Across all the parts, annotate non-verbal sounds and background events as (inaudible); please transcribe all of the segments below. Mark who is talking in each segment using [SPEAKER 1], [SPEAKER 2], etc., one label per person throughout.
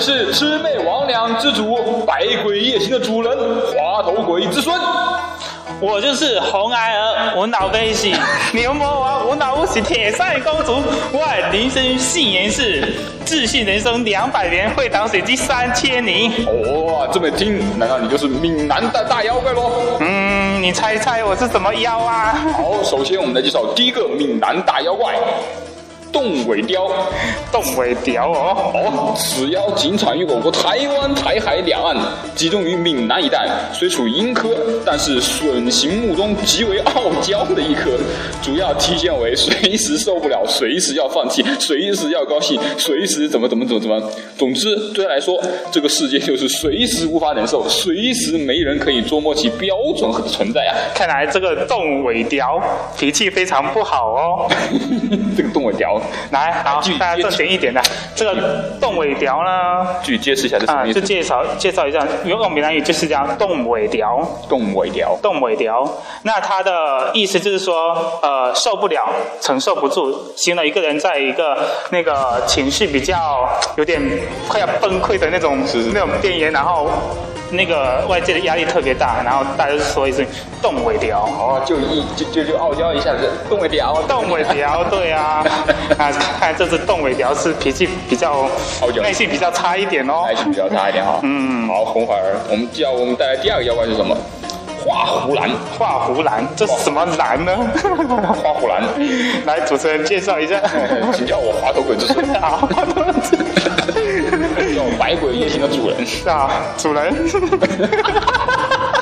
[SPEAKER 1] 是魑魅魍魉之主，百鬼夜行的主人，滑头鬼之孙。
[SPEAKER 2] 我就是红孩儿，我脑背 (laughs) 是牛魔王，我脑不是铁扇公主，我人生信言是自信人生两百年，会挡水滴三千年。
[SPEAKER 1] 哦，这么一听，难道你就是闽南的大妖怪喽？
[SPEAKER 2] 嗯，你猜一猜我是什么妖啊？
[SPEAKER 1] 好，首先我们来介绍第一个闽南大妖怪——洞尾雕。
[SPEAKER 2] (laughs) 动尾雕哦，
[SPEAKER 1] 哦，此妖仅产于我国台湾台海两岸，集中于闽南一带，虽属鹰科，但是笋形目中极为傲娇的一科，主要体现为随时受不了，随时要放弃，随时要高兴，随时怎么怎么怎么怎么。总之，对他来说，这个世界就是 (laughs) 随时无法忍受，随时没人可以捉摸其标准和存在啊。 (laughs)
[SPEAKER 2] 看来这个动尾雕脾气非常不好哦。
[SPEAKER 1] 这个动尾雕，
[SPEAKER 2] 来，好
[SPEAKER 1] 继续，
[SPEAKER 2] 大家重点一点的，这个动尾雕呢，
[SPEAKER 1] 具体解释一下这什
[SPEAKER 2] 啊，
[SPEAKER 1] 么意
[SPEAKER 2] 就
[SPEAKER 1] 思？
[SPEAKER 2] 介绍介绍一下，用闽南语就是叫动尾雕。
[SPEAKER 1] 动尾雕。
[SPEAKER 2] 动尾雕，那它的意思就是说，呃，受不了，承受不住，形容一个人在一个那个情绪比较有点快要崩溃的那种
[SPEAKER 1] 是是
[SPEAKER 2] 那种边缘，然后那个外界的压力特别大，然后大家就说一声动尾雕。
[SPEAKER 1] 哦，就一就就就傲娇一下子，动尾雕，
[SPEAKER 2] 动尾雕，对
[SPEAKER 1] (laughs)
[SPEAKER 2] 啊，啊，看这只动尾雕是脾气比较
[SPEAKER 1] 好久，
[SPEAKER 2] 耐性比较差一点哦
[SPEAKER 1] 还。是比较大一点哈。
[SPEAKER 2] 嗯
[SPEAKER 1] 好，红孩儿，我们叫我们带来第二个妖怪是什么？画虎兰，
[SPEAKER 2] 画虎兰，这是什么兰呢？ (laughs)
[SPEAKER 1] 画虎兰，
[SPEAKER 2] 来，主持人介绍一下。
[SPEAKER 1] 请叫我滑头鬼之孙，
[SPEAKER 2] 好，
[SPEAKER 1] 叫我百鬼夜行的主人。
[SPEAKER 2] 啊，主人。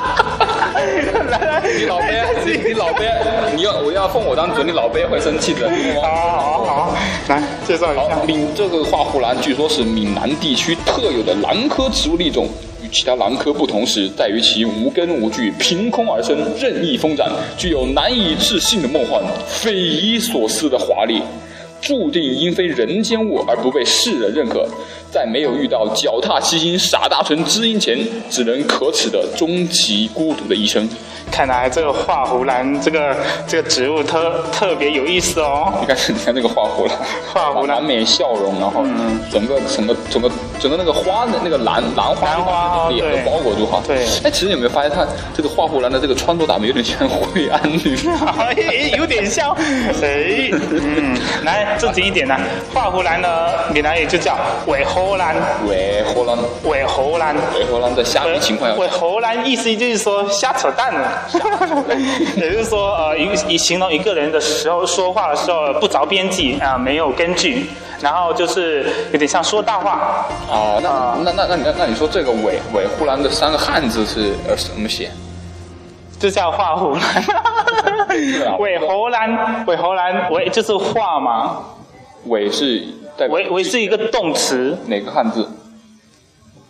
[SPEAKER 2] 来来，
[SPEAKER 1] 你 (laughs) 老
[SPEAKER 2] 来
[SPEAKER 1] 爹，你你老爹，你要我要奉我当主，你老爹会生气的。 (laughs)
[SPEAKER 2] 好好好，来介绍一下
[SPEAKER 1] 好，。闽这个画虎兰据说是闽南地区特有的兰科植物的一种。与其他兰科不同时，在于其无根无据、凭空而生、任意疯长，具有难以置信的梦幻、匪夷所思的华丽，注定因非人间物而不被世人认可。在没有遇到脚踏七星、傻大纯知音前，只能可耻的终其孤独的一生。
[SPEAKER 2] 看来这个画虎兰这个这个植物特特别有意思哦。
[SPEAKER 1] 你看，你看这个画虎兰，
[SPEAKER 2] 画嗯虎兰
[SPEAKER 1] 满脸笑容，然后整个、整个整个整个那个花的那个兰兰花，
[SPEAKER 2] 兰花哦
[SPEAKER 1] 脸都
[SPEAKER 2] 对
[SPEAKER 1] 包裹住哈。
[SPEAKER 2] 对
[SPEAKER 1] 哎，其实你有没有发现他这个画虎兰的这个穿着打扮有点像惠安
[SPEAKER 2] (laughs)
[SPEAKER 1] 女？
[SPEAKER 2] 哎，有点像，哎，嗯，来正经一点呢。画虎兰呢，闽南语就叫尾猴兰，
[SPEAKER 1] 喂，荷兰，
[SPEAKER 2] 尾猴兰。
[SPEAKER 1] 喂，荷兰的虾米情况要
[SPEAKER 2] 尾猴兰意思就是说瞎扯淡了， (laughs) 也就是说呃，以以形容一个人的时候说话的时候不着边际啊、没有根据，然后就是有点像说大话。
[SPEAKER 1] 啊？那那那那你那你说这个尾尾护兰的三个汉字是呃怎么写？
[SPEAKER 2] 就叫画虎
[SPEAKER 1] 啊
[SPEAKER 2] 兰，尾猴兰，尾猴兰，尾就是画嘛，
[SPEAKER 1] 尾是代表
[SPEAKER 2] 尾尾是一个动词，
[SPEAKER 1] 哪个汉字？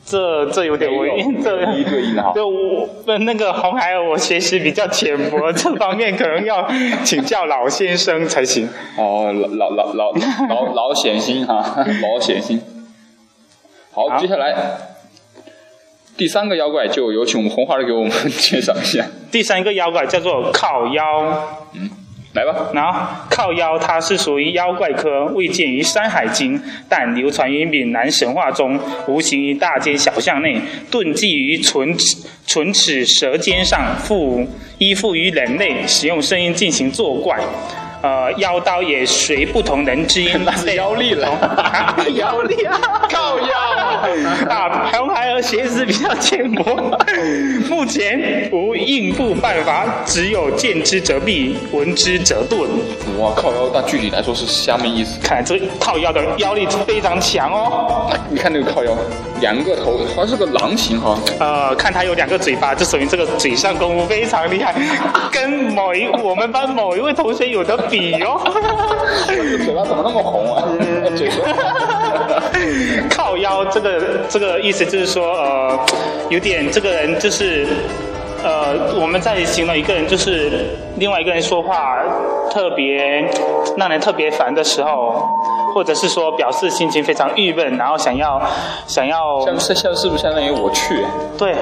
[SPEAKER 2] 这这有点
[SPEAKER 1] 没
[SPEAKER 2] 违
[SPEAKER 1] 有，
[SPEAKER 2] 这
[SPEAKER 1] 一对一的哈
[SPEAKER 2] 对，我不那个红孩儿，我学习比较浅薄， (laughs) 这方面可能要请教老先生才行。
[SPEAKER 1] 哦，老老老老老老显星哈，老显星。好，
[SPEAKER 2] 好
[SPEAKER 1] 接下来第三个妖怪就有请我们红花儿给我们介绍一下，
[SPEAKER 2] 第三个妖怪叫做靠妖，
[SPEAKER 1] 来吧。
[SPEAKER 2] 然后靠妖它是属于妖怪科，未见于《山海经》，但流传于闽南神话中，无形于大街小巷内，遁迹于唇齿、唇齿、舌尖上，附依附于人类，使用声音进行作怪。呃，妖刀也随不同人之音
[SPEAKER 1] 那
[SPEAKER 2] (laughs)
[SPEAKER 1] 是妖力了
[SPEAKER 2] 啊，妖力啊， (laughs) 靠妖啊！红孩儿学识比较浅薄，目前无应付办法，只有见之则避，闻之则遁。
[SPEAKER 1] 哇靠妖，那具体来说是下面意思。
[SPEAKER 2] 看来这个靠妖的妖力非常强哦。
[SPEAKER 1] 哎你看那个靠妖，两个头，好像是个狼形哈。
[SPEAKER 2] 呃，看它有两个嘴巴，就说明这个嘴上功夫非常厉害，跟某一我们班某一位同学有的比哦。
[SPEAKER 1] 这个嘴巴怎么那么红啊？嘴
[SPEAKER 2] (laughs) 靠腰这个这个意思就是说，呃，有点这个人就是，呃，我们在形容一个人就是另外一个人说话特别让人特别烦的时候，或者是说表示心情非常郁闷，然后想要想要
[SPEAKER 1] 像像像是不是相当于我去？
[SPEAKER 2] 对，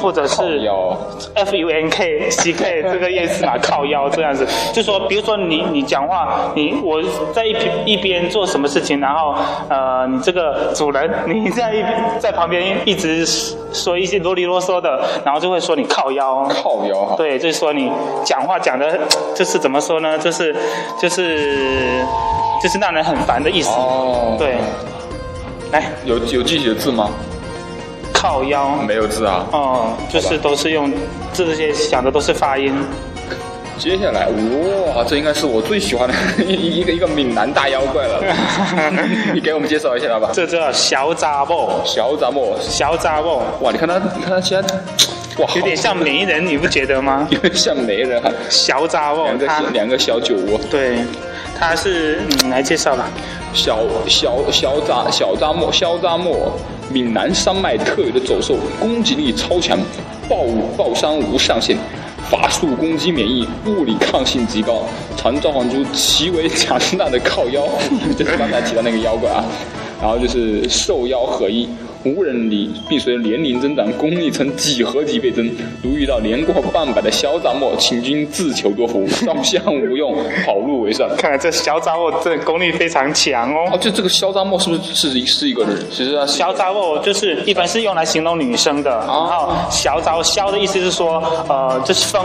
[SPEAKER 2] 或者
[SPEAKER 1] 靠
[SPEAKER 2] 是
[SPEAKER 1] 腰
[SPEAKER 2] F U N K C K 这个夜市嘛，靠腰这样子，就说比如说你你讲话，你我在一边一边做什么事情，然后呃你这个主人你在一在旁边一直说一些啰里啰嗦的，然后就会说你靠腰，
[SPEAKER 1] 靠腰哈，
[SPEAKER 2] 对，就是说你讲话讲的，就是怎么说呢，就是就是就是让人很烦的意思，
[SPEAKER 1] 哦，，
[SPEAKER 2] 对，来
[SPEAKER 1] 有有具体的字吗？
[SPEAKER 2] 靠腰。
[SPEAKER 1] 没有字啊。
[SPEAKER 2] 哦，就是都是用这些想的都是发音，
[SPEAKER 1] 接下来，哇，这应该是我最喜欢的 (laughs) 一一个一个闽南大妖怪
[SPEAKER 2] (laughs)
[SPEAKER 1] 了。你给我们介绍一下吧。
[SPEAKER 2] 这叫小杂货，
[SPEAKER 1] 小杂莫，
[SPEAKER 2] 小杂货，
[SPEAKER 1] 哇，你看他，你看他现在，哇，
[SPEAKER 2] 有点像媒人，你不觉得吗？
[SPEAKER 1] 有点像媒人啊，
[SPEAKER 2] 小杂货
[SPEAKER 1] 两，个
[SPEAKER 2] 它
[SPEAKER 1] 两个小酒窝，
[SPEAKER 2] 对，它是嗯，来介绍吧，
[SPEAKER 1] 小小小杂小杂莫，小杂莫，闽南山脉特有的走兽，攻击力超强，爆爆伤无上限。法术攻击免疫，物理抗性极高，常召唤出极为强大的靠妖， (laughs) 就是刚才提到那个妖怪啊。然后就是兽妖合一，无人理，并随着年龄增长，功力呈几何级倍增。如遇到年过半百的小杂莫，请君自求多福，照相无用，跑路为上。
[SPEAKER 2] 看来这小杂货这功力非常强
[SPEAKER 1] 哦，
[SPEAKER 2] 哦。
[SPEAKER 1] 就这个肖张莫是不是是一是一个人？其实他是
[SPEAKER 2] 小杂货就是一般是用来形容女生的，然
[SPEAKER 1] 哦
[SPEAKER 2] 后小杂消的意思是说，呃，就是风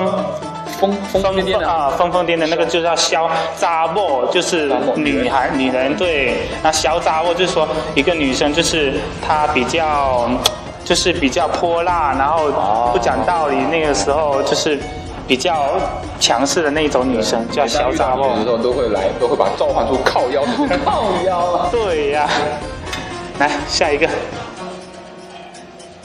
[SPEAKER 1] 疯疯疯癫癫的，
[SPEAKER 2] 啊，疯疯癫的那个就叫小杂货，就是女孩女人对。那小杂货就是说一个女生，就是她比较，就是比较泼辣，然后不讲道理，那个时候就是比较强势的那一种女生，叫小杂货
[SPEAKER 1] 莫。嗯有时候都会来，都会把召唤出靠腰， (laughs) 靠腰。啊
[SPEAKER 2] 对呀、来下一个，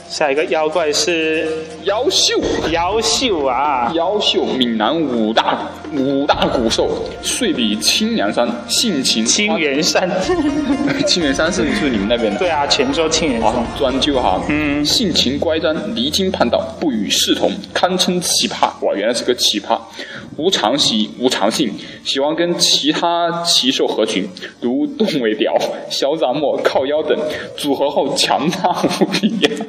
[SPEAKER 2] 下一个妖怪是
[SPEAKER 1] 妖秀，
[SPEAKER 2] 妖秀啊。
[SPEAKER 1] 妖秀，闽南五大五大古兽，睡比清凉山，性情 (laughs)
[SPEAKER 2] 青原山，
[SPEAKER 1] 清源山是是你们那边的？
[SPEAKER 2] 对啊，泉州青原山。
[SPEAKER 1] 啊，专就哈，
[SPEAKER 2] 嗯
[SPEAKER 1] 性情乖张，离经叛道，不与世同，堪称奇葩。哇，原来是个奇葩，无常习，无常性，喜欢跟其他奇兽合群，如洞尾雕、小掌墨、靠腰等，组合后强大无比。 (laughs)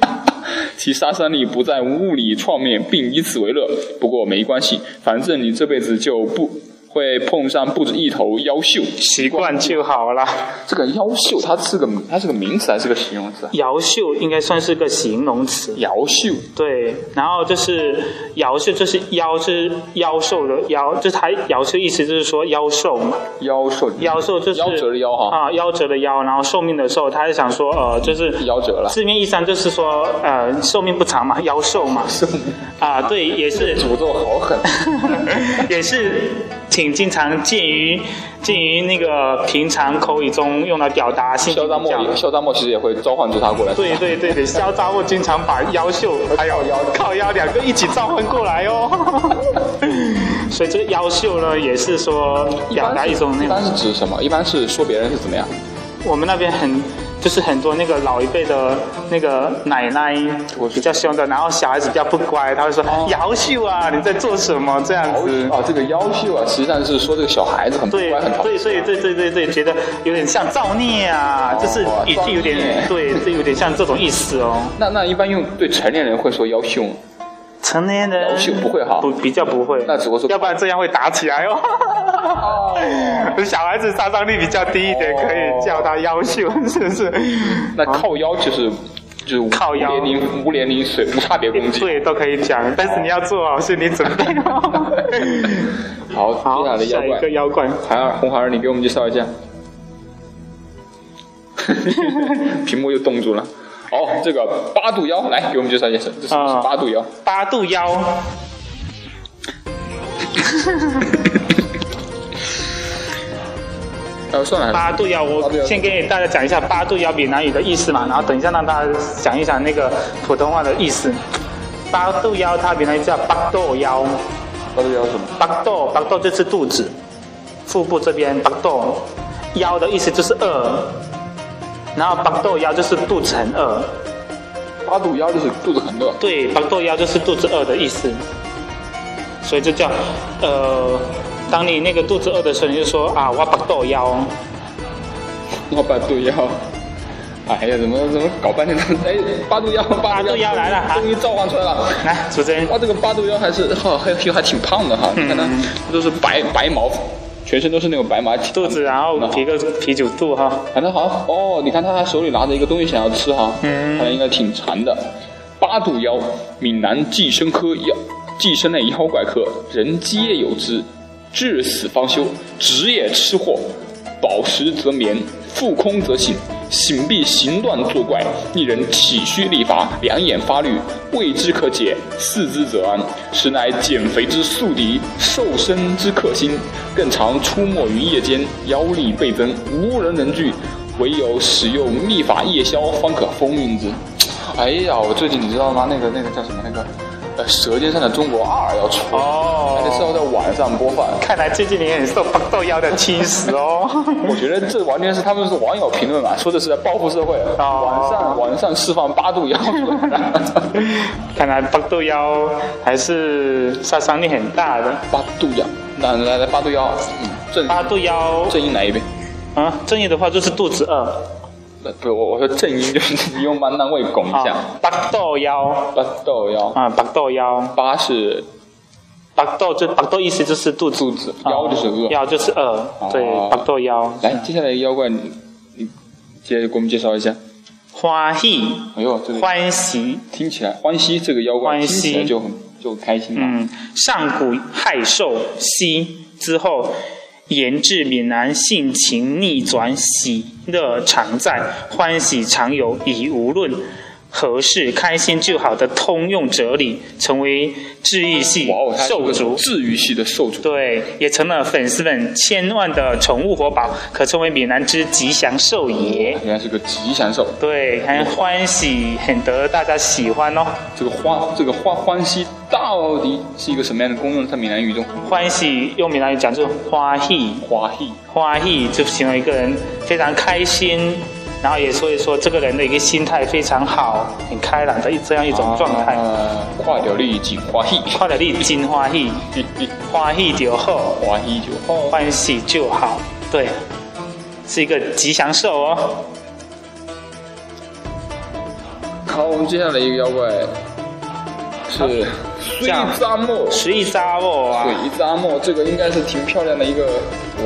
[SPEAKER 1] 其杀伤力不在物理创面，并以此为乐。不过没关系，反正你这辈子就不会碰上不止一头妖秀。
[SPEAKER 2] 习惯就好了。
[SPEAKER 1] 这个妖秀，它是个它是个名词还是个形容词啊？
[SPEAKER 2] 姚秀应该算是个形容词，
[SPEAKER 1] 妖秀，
[SPEAKER 2] 对。然后就是姚秀，就是妖，就是妖兽的妖，就是它姚秀意思就是说妖兽嘛，
[SPEAKER 1] 妖兽，
[SPEAKER 2] 妖兽就是
[SPEAKER 1] 夭折的夭哈
[SPEAKER 2] 啊，夭折的夭，然后寿命的寿，他是想说呃，就是
[SPEAKER 1] 夭折了，
[SPEAKER 2] 字面意义上就是说呃，寿命不长嘛，妖
[SPEAKER 1] (laughs)
[SPEAKER 2] 兽嘛，啊，对，也是。 (laughs)
[SPEAKER 1] 诅咒好狠。
[SPEAKER 2] 也是，请经常见于见于那个平常口语中用来表达性
[SPEAKER 1] 肖
[SPEAKER 2] 情
[SPEAKER 1] 张
[SPEAKER 2] 比
[SPEAKER 1] 默
[SPEAKER 2] 较
[SPEAKER 1] 也，肖张默其实也会召唤出他过来。
[SPEAKER 2] 对对对对，肖扎沃经常把腰袖还有腰靠腰两个一起召唤过来哦。 (laughs) 所以这个腰袖呢，也是说表达一种那
[SPEAKER 1] 一般
[SPEAKER 2] 种，
[SPEAKER 1] 是指什么？一般是说别人是怎么样？
[SPEAKER 2] 我们那边很就是很多那个老一辈的那个奶奶
[SPEAKER 1] 我是哦
[SPEAKER 2] 比较凶的，然后小孩子比较不乖，他会说腰袖啊，你在做什么这样子。
[SPEAKER 1] 哦，这个妖秀啊，实际上是说这个小孩子很不
[SPEAKER 2] 对
[SPEAKER 1] 乖，很淘
[SPEAKER 2] 对对对对对对，觉得有点像造孽啊，就是语
[SPEAKER 1] 造
[SPEAKER 2] 气有
[SPEAKER 1] 孽
[SPEAKER 2] 点对，这有点像这种意思哦。
[SPEAKER 1] 那那一般用对成年人会说妖秀吗，
[SPEAKER 2] 成年人
[SPEAKER 1] 摇秀不会哈
[SPEAKER 2] 不比较不会，
[SPEAKER 1] 那只会说
[SPEAKER 2] 要不然这样会打起来哦。 (laughs) 小孩子杀伤力比较低一点，
[SPEAKER 1] 哦
[SPEAKER 2] 可以叫他妖秀，是不是？
[SPEAKER 1] 那靠腰就是就是无
[SPEAKER 2] 啊靠腰
[SPEAKER 1] 无年龄无年龄水无差别攻击。
[SPEAKER 2] 对， (laughs) 都可以讲，但是你要做好心理准备
[SPEAKER 1] (laughs)
[SPEAKER 2] 哦。
[SPEAKER 1] (laughs) 好，接下来的妖
[SPEAKER 2] 好，下一
[SPEAKER 1] 怪
[SPEAKER 2] 个，妖怪，
[SPEAKER 1] 韩二红孩儿，你给我们介绍一
[SPEAKER 2] (laughs)
[SPEAKER 1] 下。屏幕又冻住了。哦，这个八度妖，来给我们介绍一下，这是这是
[SPEAKER 2] 啊
[SPEAKER 1] 八度妖。
[SPEAKER 2] 八度妖。
[SPEAKER 1] 呃，算了，
[SPEAKER 2] 八度妖，我先给大家讲一下八度妖闽南语的意思嘛，然后等一下让大家讲一讲那个普通话的意思。八度妖它闽南语叫八度妖。
[SPEAKER 1] 八度妖什么？
[SPEAKER 2] 八豆，八豆就是肚子，腹部这边八豆，腰的意思就是二，然后八豆腰就是肚子很饿，
[SPEAKER 1] 八度妖就是肚子很饿。
[SPEAKER 2] 对，八豆腰就是肚子饿的意思，所以就叫，呃，当你那个肚子饿的时候，你就说啊，我八豆腰，
[SPEAKER 1] 哦，八度妖。哎呀，怎么怎么搞半天？哎，八度妖，
[SPEAKER 2] 八度妖来了啊
[SPEAKER 1] 终于召唤出来了。
[SPEAKER 2] 来，主持人，
[SPEAKER 1] 哇，这个八度妖还是哈，还还还挺胖的哈，你看它
[SPEAKER 2] 嗯
[SPEAKER 1] 都是白白毛，全身都是那种白毛，
[SPEAKER 2] 肚子，然后皮个啤酒肚哈，
[SPEAKER 1] 反正好像哦，你看他手里拿着一个东西想要吃哈，
[SPEAKER 2] 嗯
[SPEAKER 1] 看来应该挺馋的。八度妖，闽南寄生科妖寄生类妖怪科，人皆有之，至死方休。职业吃货，饱食则眠，腹空则醒，醒必行断作怪，令人体虚力乏，两眼发绿，未知可解，四肢则安，实乃减肥之宿敌，瘦身之克星，更常出没于夜间，妖力倍增，无人能惧，唯有使用秘法夜宵方可封印之。哎呀，我最近你知道吗？那个那个叫什么那个，呃，《舌尖上的中国二》要出，
[SPEAKER 2] 哦
[SPEAKER 1] 而且是要在晚上播放。
[SPEAKER 2] 看来最近你很受八豆妖的侵蚀哦。 (laughs)
[SPEAKER 1] 我觉得这完全是他们是网友评论嘛，说这是在报复社会，
[SPEAKER 2] 哦
[SPEAKER 1] 晚上晚上释放八度妖准。
[SPEAKER 2] 看来八豆妖还是杀伤力很大的。
[SPEAKER 1] 八度妖，来来来，八度妖，嗯，正
[SPEAKER 2] 八豆妖
[SPEAKER 1] 正音来一遍。
[SPEAKER 2] 啊，正义的话就是肚子饿
[SPEAKER 1] 不不，我我说正音 (laughs) 就是你用蛮南味拱一
[SPEAKER 2] 啊
[SPEAKER 1] 下。。
[SPEAKER 2] 八豆妖
[SPEAKER 1] 八豆妖，
[SPEAKER 2] 啊，八豆妖，
[SPEAKER 1] 八是
[SPEAKER 2] 八豆就八豆意思就是肚子，
[SPEAKER 1] 肚子，妖就是饿。哦
[SPEAKER 2] 妖就是饿，对，八豆妖。
[SPEAKER 1] 来，接下来一个妖怪，你你接着给我们介绍一下。
[SPEAKER 2] 欢喜
[SPEAKER 1] 哎呦，这个
[SPEAKER 2] 欢喜，
[SPEAKER 1] 听起来欢喜这个妖怪
[SPEAKER 2] 欢
[SPEAKER 1] 听
[SPEAKER 2] 喜
[SPEAKER 1] 起来就很就开心嘛。
[SPEAKER 2] 嗯，上古害兽西之后，言至闽南性情逆转，喜乐常在，欢喜常有，以无论何事开心就好的通用哲理，成为治愈系
[SPEAKER 1] 哇哦，它是
[SPEAKER 2] 嗯兽
[SPEAKER 1] 个
[SPEAKER 2] 族。
[SPEAKER 1] 治愈系的兽族。
[SPEAKER 2] 对，也成了粉丝们千万的宠物活宝，可称为闽南之吉祥兽也。
[SPEAKER 1] 原来是个吉祥兽，
[SPEAKER 2] 对，很欢喜，很得大家喜欢哦。
[SPEAKER 1] 这个欢这个欢欢喜到底是一个什么样的功用？在闽南语中，
[SPEAKER 2] 欢喜用闽南语讲就是欢喜，
[SPEAKER 1] 花喜
[SPEAKER 2] 花艺就形容一个人非常开心，然后也所以说这个人的一个心态非常好，很开朗的一这样一种状态。
[SPEAKER 1] 啊快点力紧花喜，
[SPEAKER 2] 快乐丽金花艺，花艺就好，
[SPEAKER 1] (laughs) 花喜就好。
[SPEAKER 2] 欢喜就好，对，是一个吉祥兽哦。
[SPEAKER 1] 好，我们接下来一个妖怪是水
[SPEAKER 2] 样
[SPEAKER 1] 扎莫。
[SPEAKER 2] 十一扎哦啊
[SPEAKER 1] 水，扎莫这个应该是挺漂亮的一个，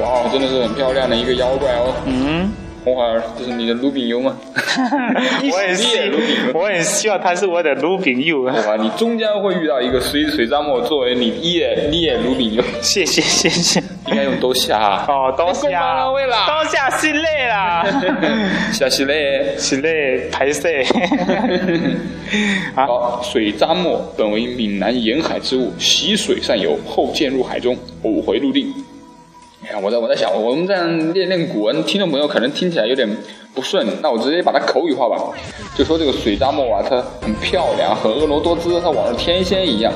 [SPEAKER 1] 哇，真的是很漂亮的一个妖怪哦。
[SPEAKER 2] 嗯，
[SPEAKER 1] 红孩儿，这是你的卢炳
[SPEAKER 2] (laughs)
[SPEAKER 1] 优吗？
[SPEAKER 2] 我很
[SPEAKER 1] 你也
[SPEAKER 2] 希
[SPEAKER 1] 卢炳优，
[SPEAKER 2] 我很希望他是我的卢炳佑啊
[SPEAKER 1] 好。吧，你终将会遇到一个水水扎莫作为你你也你也卢炳优，
[SPEAKER 2] (laughs) 谢谢谢谢。
[SPEAKER 1] 应该用多
[SPEAKER 2] (laughs)
[SPEAKER 1] 下。
[SPEAKER 2] 哦，多谢
[SPEAKER 1] 你讲完
[SPEAKER 2] 啊，
[SPEAKER 1] 了未啦
[SPEAKER 2] 多谢心
[SPEAKER 1] (laughs)
[SPEAKER 2] 累啦。
[SPEAKER 1] 下西嘞。
[SPEAKER 2] 是嘞，排泄。 (laughs) 啊，
[SPEAKER 1] 好，水渣沫本为闽南沿海之物，习水上游，后溅入海中，偶回陆地。你看，哎我在我在想，我们这样练练古文，听众朋友可能听起来有点不顺，那我直接把它口语化吧，就说这个水渣沫啊，它很漂亮，很婀娜多姿，它宛如天仙一样。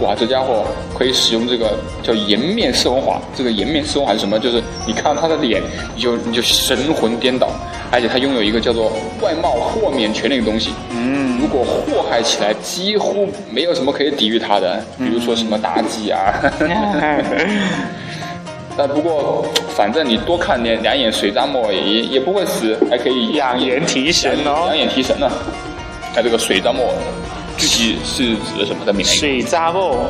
[SPEAKER 1] 哇，这家伙可以使用这个叫颜面四红华，这个颜面四红华是什么？就是你看他的脸，你就你就神魂颠倒，而且他拥有一个叫做外貌豁免权的一个东西。嗯，如果祸害起来，几乎没有什么可以抵御他的，比如说什么妲己啊。 (laughs) 但不过，反正你多看点两眼水渣沫也也也不会死，还可以
[SPEAKER 2] 养颜提神
[SPEAKER 1] 养
[SPEAKER 2] 哦。
[SPEAKER 1] 眼提神呢。那这个水渣沫具体是指的什么的名？
[SPEAKER 2] (laughs) 水扎波，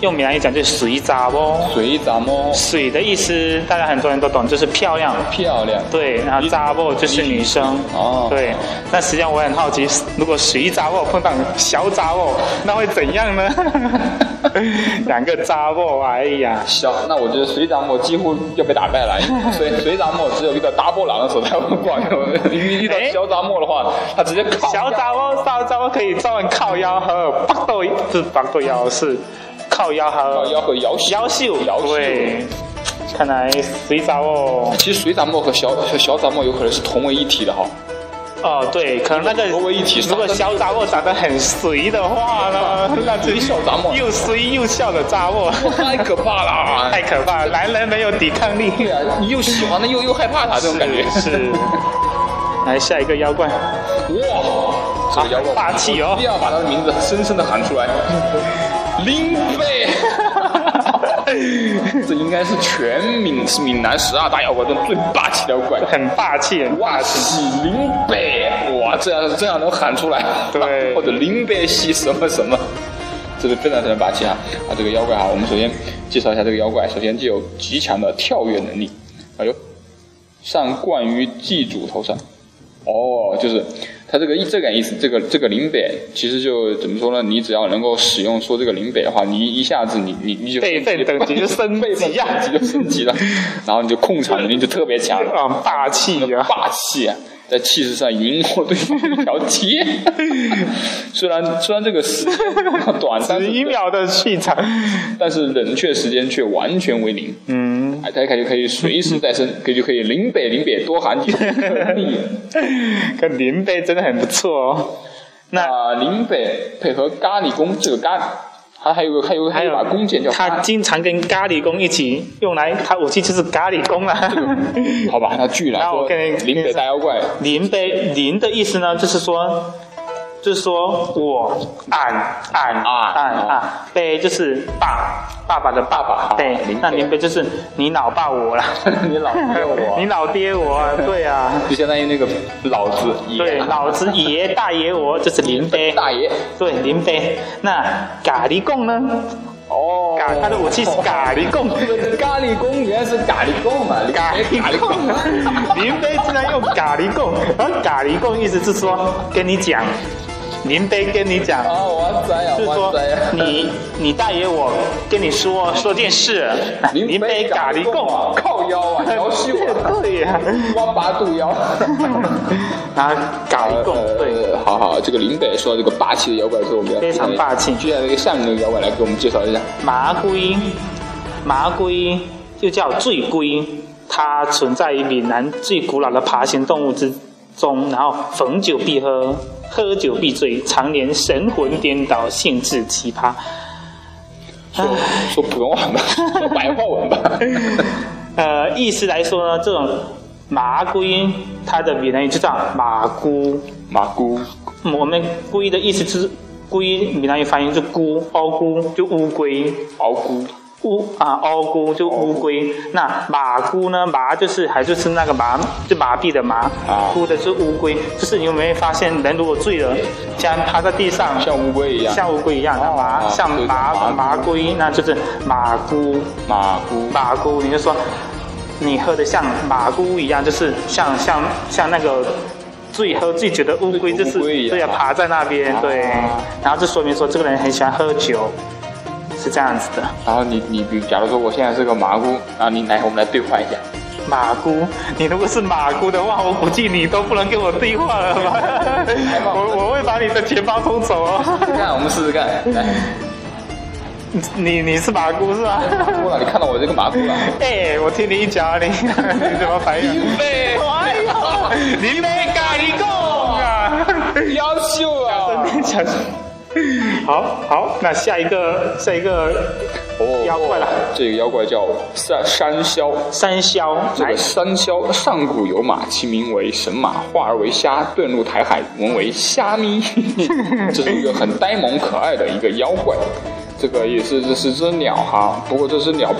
[SPEAKER 2] 用闽南语讲就是水扎波。
[SPEAKER 1] 水渣沫
[SPEAKER 2] 水的意思，大家很多人都懂，就是漂亮。
[SPEAKER 1] 漂亮，
[SPEAKER 2] 对，然后扎波就是女生。
[SPEAKER 1] 哦
[SPEAKER 2] 对，那实际上我很好奇，如果水扎波碰到小扎波，那会怎样呢？ (laughs) 两个扎波，哎呀，
[SPEAKER 1] 小，那我觉得水长沫几乎要被打败了。因为水水长沫只有遇到大波浪的时候才会管 (laughs) 用，遇遇到
[SPEAKER 2] 哎
[SPEAKER 1] 小长沫的话，他直接靠
[SPEAKER 2] 小扎波、小扎波可以专门靠腰和八豆，不是八豆腰，是靠腰和
[SPEAKER 1] 腰和摇
[SPEAKER 2] 妖秀，
[SPEAKER 1] 摇秀。
[SPEAKER 2] 对，看来水藻哦，
[SPEAKER 1] 其实水长沫和小和小长沫有可能是同为一体的哈。
[SPEAKER 2] 哦对，可能那个
[SPEAKER 1] 合为一体
[SPEAKER 2] 如果小杂货长得很随的话呢，那就
[SPEAKER 1] 你小杂货
[SPEAKER 2] 又随又笑的杂货，
[SPEAKER 1] 太可怕了！啊
[SPEAKER 2] 太可怕了，男人没有抵抗 (laughs) 力，
[SPEAKER 1] 对啊，你又喜欢他，又又害怕他，这种感觉
[SPEAKER 2] 是。是来下一个妖怪，
[SPEAKER 1] 哇，这个妖怪
[SPEAKER 2] 啊霸气哦
[SPEAKER 1] 一定要把他的名字深深的喊出来，林飞。这应该是全闽是闽南十二大妖怪中最霸气的妖怪。
[SPEAKER 2] 很霸气，很
[SPEAKER 1] 哇，
[SPEAKER 2] 霸气。
[SPEAKER 1] 喜林北，哇，这样这样能喊出来，(laughs)
[SPEAKER 2] 对
[SPEAKER 1] 或者林北喜什么什么，这是非常非常霸气啊！啊，这个妖怪啊，我们首先介绍一下这个妖怪，首先具有极强的跳跃能力，哎呦，上冠于祭主头上，哦，就是它这个意这个意思，这个这个林北其实就怎么说呢？你只要能够使用说这个林北的话，你一下子你你你就
[SPEAKER 2] 辈分等级就
[SPEAKER 1] (laughs)
[SPEAKER 2] 升
[SPEAKER 1] 辈分
[SPEAKER 2] 级啊
[SPEAKER 1] 等级就升级了，然后你就控场能力就特别强了。
[SPEAKER 2] 啊，霸气啊！
[SPEAKER 1] 霸气、啊，在气势上赢过对方一条街。 (laughs) 虽然虽然这个时间短，但
[SPEAKER 2] (laughs) 十
[SPEAKER 1] 是
[SPEAKER 2] 一秒的气场，
[SPEAKER 1] 但是冷却时间却完全为零。
[SPEAKER 2] 嗯，
[SPEAKER 1] 哎，大家可以可以随时再生，可以就可以零北零北多喊几
[SPEAKER 2] (laughs)
[SPEAKER 1] 次可以。
[SPEAKER 2] (laughs) 跟林北真的很不错哦。那
[SPEAKER 1] 啊，零北配合咖喱弓，这个咖喱，它还有个还有还
[SPEAKER 2] 还
[SPEAKER 1] 有一
[SPEAKER 2] 有
[SPEAKER 1] 把弓箭叫咖
[SPEAKER 2] 他
[SPEAKER 1] 喱。
[SPEAKER 2] 经常跟咖喱工一起用来，他武器就是咖喱工 (laughs) 啦。
[SPEAKER 1] 好吧，那据来
[SPEAKER 2] 那
[SPEAKER 1] 说
[SPEAKER 2] 我跟你，
[SPEAKER 1] 零北大妖怪
[SPEAKER 2] 林北林的意思呢，就是说，就是说我俺俺
[SPEAKER 1] 啊
[SPEAKER 2] 俺
[SPEAKER 1] 哦
[SPEAKER 2] 俺北就是爸爸爸的爸爸，对
[SPEAKER 1] 林，
[SPEAKER 2] 那
[SPEAKER 1] 北
[SPEAKER 2] 林北就是你老爸我啦，
[SPEAKER 1] 啊 (laughs) 你老爹我
[SPEAKER 2] 你老爹我，对啊，
[SPEAKER 1] 就相当于那个老子爷啊
[SPEAKER 2] 对，老子爷大爷我就是林北。
[SPEAKER 1] 大爷
[SPEAKER 2] 对，林北。那咖喱贡呢？
[SPEAKER 1] 哦
[SPEAKER 2] 咖，他的
[SPEAKER 1] (laughs)
[SPEAKER 2] 武器是咖喱贡，
[SPEAKER 1] 这个咖喱公原来是咖喱公嘛，
[SPEAKER 2] 咖喱贡。林北竟然用咖喱贡，然后咖喱贡意思是说跟你讲，林北跟你讲，
[SPEAKER 1] 啊，哇塞呀，
[SPEAKER 2] 就是
[SPEAKER 1] 哇
[SPEAKER 2] 说
[SPEAKER 1] 塞呀！
[SPEAKER 2] 你你大爷我跟你说说件事，林北咖喱
[SPEAKER 1] 啊
[SPEAKER 2] 贡，，
[SPEAKER 1] 靠腰啊，腰细啊，
[SPEAKER 2] 对呀、
[SPEAKER 1] 弯八度腰。
[SPEAKER 2] 然后咖喱贡对。
[SPEAKER 1] 呃，好好，这个林北说到这个霸气的妖怪之后，我们要
[SPEAKER 2] (laughs) 非常霸气
[SPEAKER 1] 接下来一个下面的妖怪来给我们介绍一下。
[SPEAKER 2] 麻龟，麻龟又叫醉龟，它存在于闽南最古老的爬行动物之中，然后逢酒必喝，喝酒必醉，常年神魂颠倒，性质奇葩。
[SPEAKER 1] 说说普通话吧，说白话文吧。
[SPEAKER 2] (laughs) 呃，意思来说呢，这种麻龟，它的闽南语就叫马姑。
[SPEAKER 1] 马姑，
[SPEAKER 2] 嗯我们龟的意思就是龟，闽南语发音就姑，凹姑就乌龟，
[SPEAKER 1] 敖姑，
[SPEAKER 2] 乌啊，凹菇就乌龟。那马菇呢？麻就是还就是那个麻，就麻痹的麻。
[SPEAKER 1] 啊
[SPEAKER 2] 菇的是乌龟，就是你有没有发现，人如果醉了，竟然趴在地上，
[SPEAKER 1] 像乌龟一样。
[SPEAKER 2] 像乌龟一样，那麻
[SPEAKER 1] 哦
[SPEAKER 2] 像
[SPEAKER 1] 对麻
[SPEAKER 2] 麻
[SPEAKER 1] 菇
[SPEAKER 2] 麻龟，那就是马菇。
[SPEAKER 1] 马姑，
[SPEAKER 2] 马菇，你就说你喝的像马菇一样，就是像像像那个醉喝醉酒的乌龟，就
[SPEAKER 1] 对
[SPEAKER 2] 是
[SPEAKER 1] 乌龟一样
[SPEAKER 2] 对啊，爬在那边，对
[SPEAKER 1] 啊，
[SPEAKER 2] 然后就说明说这个人很喜欢喝酒，是这样子的。
[SPEAKER 1] 然后你你比，假如说我现在是个麻姑，啊，你来我们来兑换一
[SPEAKER 2] (laughs)
[SPEAKER 1] 下。
[SPEAKER 2] 马姑，你如果是马姑的话，我估计你都不能跟我对话了吧？ (laughs) 我我会把你的钱包偷走哦。
[SPEAKER 1] 看，我们试试看。来，
[SPEAKER 2] (laughs) 你你是马姑是吧？ (laughs)
[SPEAKER 1] 马姑了，你看到我这个马姑了？
[SPEAKER 2] 哎、我踢你一脚啊，你 (laughs) 你怎么反应？
[SPEAKER 1] 对
[SPEAKER 2] 哎呦，你没咖喱贡啊！
[SPEAKER 1] 优秀啊！
[SPEAKER 2] 真的假的？好好，那下一个下一个
[SPEAKER 1] 哦
[SPEAKER 2] 妖怪了
[SPEAKER 1] 这个妖怪叫山山魈，
[SPEAKER 2] 山魈
[SPEAKER 1] 这
[SPEAKER 2] 来
[SPEAKER 1] 个山魈上古有马，其名为神马，化而为虾，遁入台海，文为虾咪。 (laughs) 这是一个很呆萌可爱的一个妖怪，这个也是这是只鸟哈，不过这只鸟，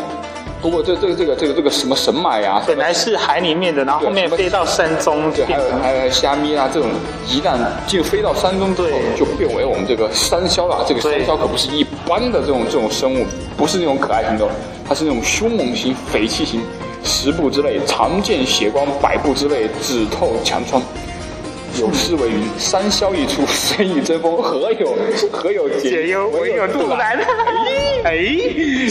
[SPEAKER 1] 不过这这个这个这个这个什么神马呀，
[SPEAKER 2] 本来是海里面的，然后后面飞到山中
[SPEAKER 1] 对，
[SPEAKER 2] 变
[SPEAKER 1] 还有
[SPEAKER 2] 成
[SPEAKER 1] 还有虾咪啊，这种一旦就飞到山中之后，
[SPEAKER 2] 对
[SPEAKER 1] 就变为我们这个山魈了。这个山
[SPEAKER 2] 对
[SPEAKER 1] 魈可不是一般的这种这种生物，不是那种可爱型的，它是那种凶猛型、匪气型，十步之内常见血光，百步之内只透墙穿。有诗为云：“山魈一出，谁与争锋？何有何有
[SPEAKER 2] 解忧唯有杜兰。哎，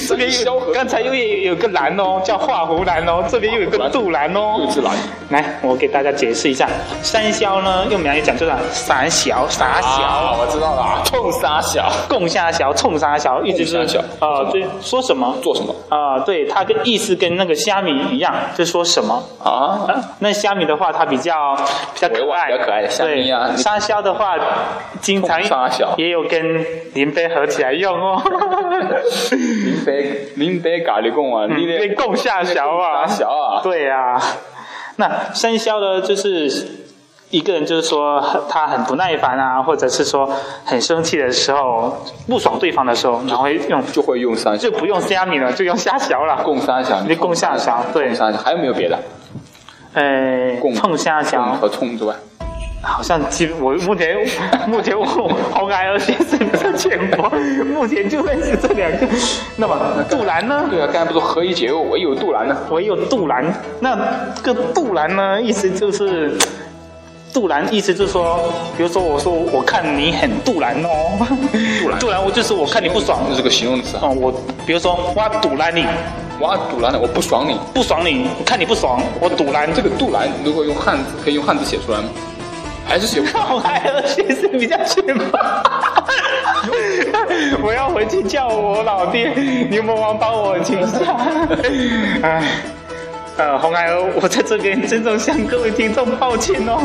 [SPEAKER 2] 这边
[SPEAKER 1] 生肖
[SPEAKER 2] 有
[SPEAKER 1] 和
[SPEAKER 2] 刚才又有有个兰哦，叫画胡兰哦，这边又有个杜兰
[SPEAKER 1] 杜
[SPEAKER 2] 哦。
[SPEAKER 1] 之兰。”
[SPEAKER 2] 来，我给大家解释一下，山魈呢，用闽南语讲就是傻小傻小。
[SPEAKER 1] 啊，我知道了啊， (laughs) 冲沙小
[SPEAKER 2] 贡虾小、冲沙小，一直
[SPEAKER 1] 贡
[SPEAKER 2] 是
[SPEAKER 1] 虾小
[SPEAKER 2] 呃，对，说什么
[SPEAKER 1] 做什么
[SPEAKER 2] 啊、对，它跟意思跟那个虾米一样，就说什么。
[SPEAKER 1] 啊？
[SPEAKER 2] 啊那虾米的话，它比较比较
[SPEAKER 1] 委
[SPEAKER 2] 可
[SPEAKER 1] 婉
[SPEAKER 2] 爱，
[SPEAKER 1] 比较可爱虾米啊
[SPEAKER 2] 对沙魈的话，经常
[SPEAKER 1] 冲沙小
[SPEAKER 2] 也有跟林杯合起来用哦。
[SPEAKER 1] 林北林北咖喱贡啊， (laughs)
[SPEAKER 2] (laughs)
[SPEAKER 1] 你
[SPEAKER 2] 被
[SPEAKER 1] 得
[SPEAKER 2] 供
[SPEAKER 1] (laughs)
[SPEAKER 2] 下小啊，
[SPEAKER 1] 小啊，
[SPEAKER 2] 对啊，那生肖呢，就是一个人就是说他很不耐烦啊，或者是说很生气的时候，不爽对方的时候，然后会用
[SPEAKER 1] 就会用三
[SPEAKER 2] 就不用虾米了，就用虾条了，
[SPEAKER 1] 共三小，
[SPEAKER 2] 就共下桥对
[SPEAKER 1] 共三小，还有没有别的？
[SPEAKER 2] 呃
[SPEAKER 1] 共，
[SPEAKER 2] 碰虾
[SPEAKER 1] 共
[SPEAKER 2] 条
[SPEAKER 1] 和冲之外，
[SPEAKER 2] 好像基本我目前 (laughs) 目前我红孩儿先生的全国， (laughs) 目前就认识这两个。那么杜兰呢？
[SPEAKER 1] 对啊，刚才不是何以解忧，唯有杜兰呢？
[SPEAKER 2] 唯有杜兰。那这个杜兰呢，意思就是。杜兰意思就是说，比如说我说我看你很杜兰哦，
[SPEAKER 1] 杜兰
[SPEAKER 2] 杜兰我就是我看你不爽
[SPEAKER 1] 这是个形容词啊。
[SPEAKER 2] 哦，我比如说我堵拦你，
[SPEAKER 1] 我杜兰的，我不爽你。
[SPEAKER 2] 不爽你，我看你不爽，我堵拦
[SPEAKER 1] 这个杜兰，如果用汉字，可以用汉字写出来吗？还是写不出来？
[SPEAKER 2] 靠海的学生比较逊吧。 (laughs) 我要回去叫我老爹牛魔王帮我请假。 (laughs) 哎，呃，红孩儿，我在这边郑重向各位听众抱歉哦，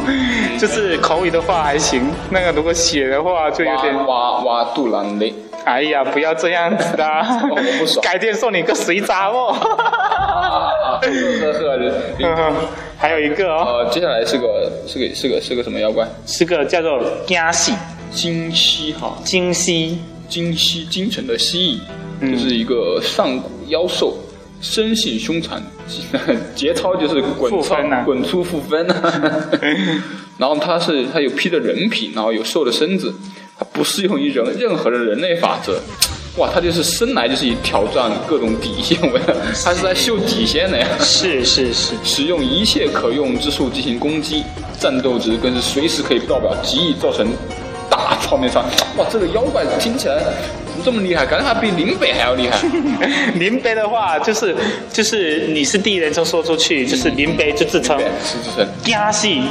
[SPEAKER 2] 就是口语的话还行，那个如果写的话就有 (laughs) 点，
[SPEAKER 1] 哇哇哇杜兰雷，
[SPEAKER 2] 哎呀，不要这样子啦、
[SPEAKER 1] 我不爽
[SPEAKER 2] 改天送你个水闸 (laughs) 哦。
[SPEAKER 1] 啊呵呵。
[SPEAKER 2] (laughs) 嗯，还有一个哦，
[SPEAKER 1] 呃，接下来是个是个是个是个什么妖怪？
[SPEAKER 2] 是个叫做惊喜
[SPEAKER 1] 金溪哈，
[SPEAKER 2] 惊喜
[SPEAKER 1] 金溪京城的蜥蜴，
[SPEAKER 2] 嗯
[SPEAKER 1] 就是一个上古妖兽，生性凶残， (laughs) 节操就是滚
[SPEAKER 2] 复
[SPEAKER 1] 操
[SPEAKER 2] 分呐嗯
[SPEAKER 1] 滚出负分
[SPEAKER 2] (laughs)
[SPEAKER 1] 呐、 (laughs) 然后它是它有披着人皮，然后有兽的身子，它不适用于人任何的人类法则。哇，它就是生来就是以挑战各种底线为， (laughs) 它是在秀底线的呀。
[SPEAKER 2] 是是是，
[SPEAKER 1] 使用一切可用之术进行攻击，战斗值更是随时可以爆表，极易造成大超面伤。 (laughs) 哇，这个妖怪听起来怎么这么厉害？感觉它比林北还要厉 (laughs) 害。
[SPEAKER 2] (laughs) 林北的话就是就是你是第一人称说出去，就是林北就自称
[SPEAKER 1] 对，是是是，
[SPEAKER 2] 惊喜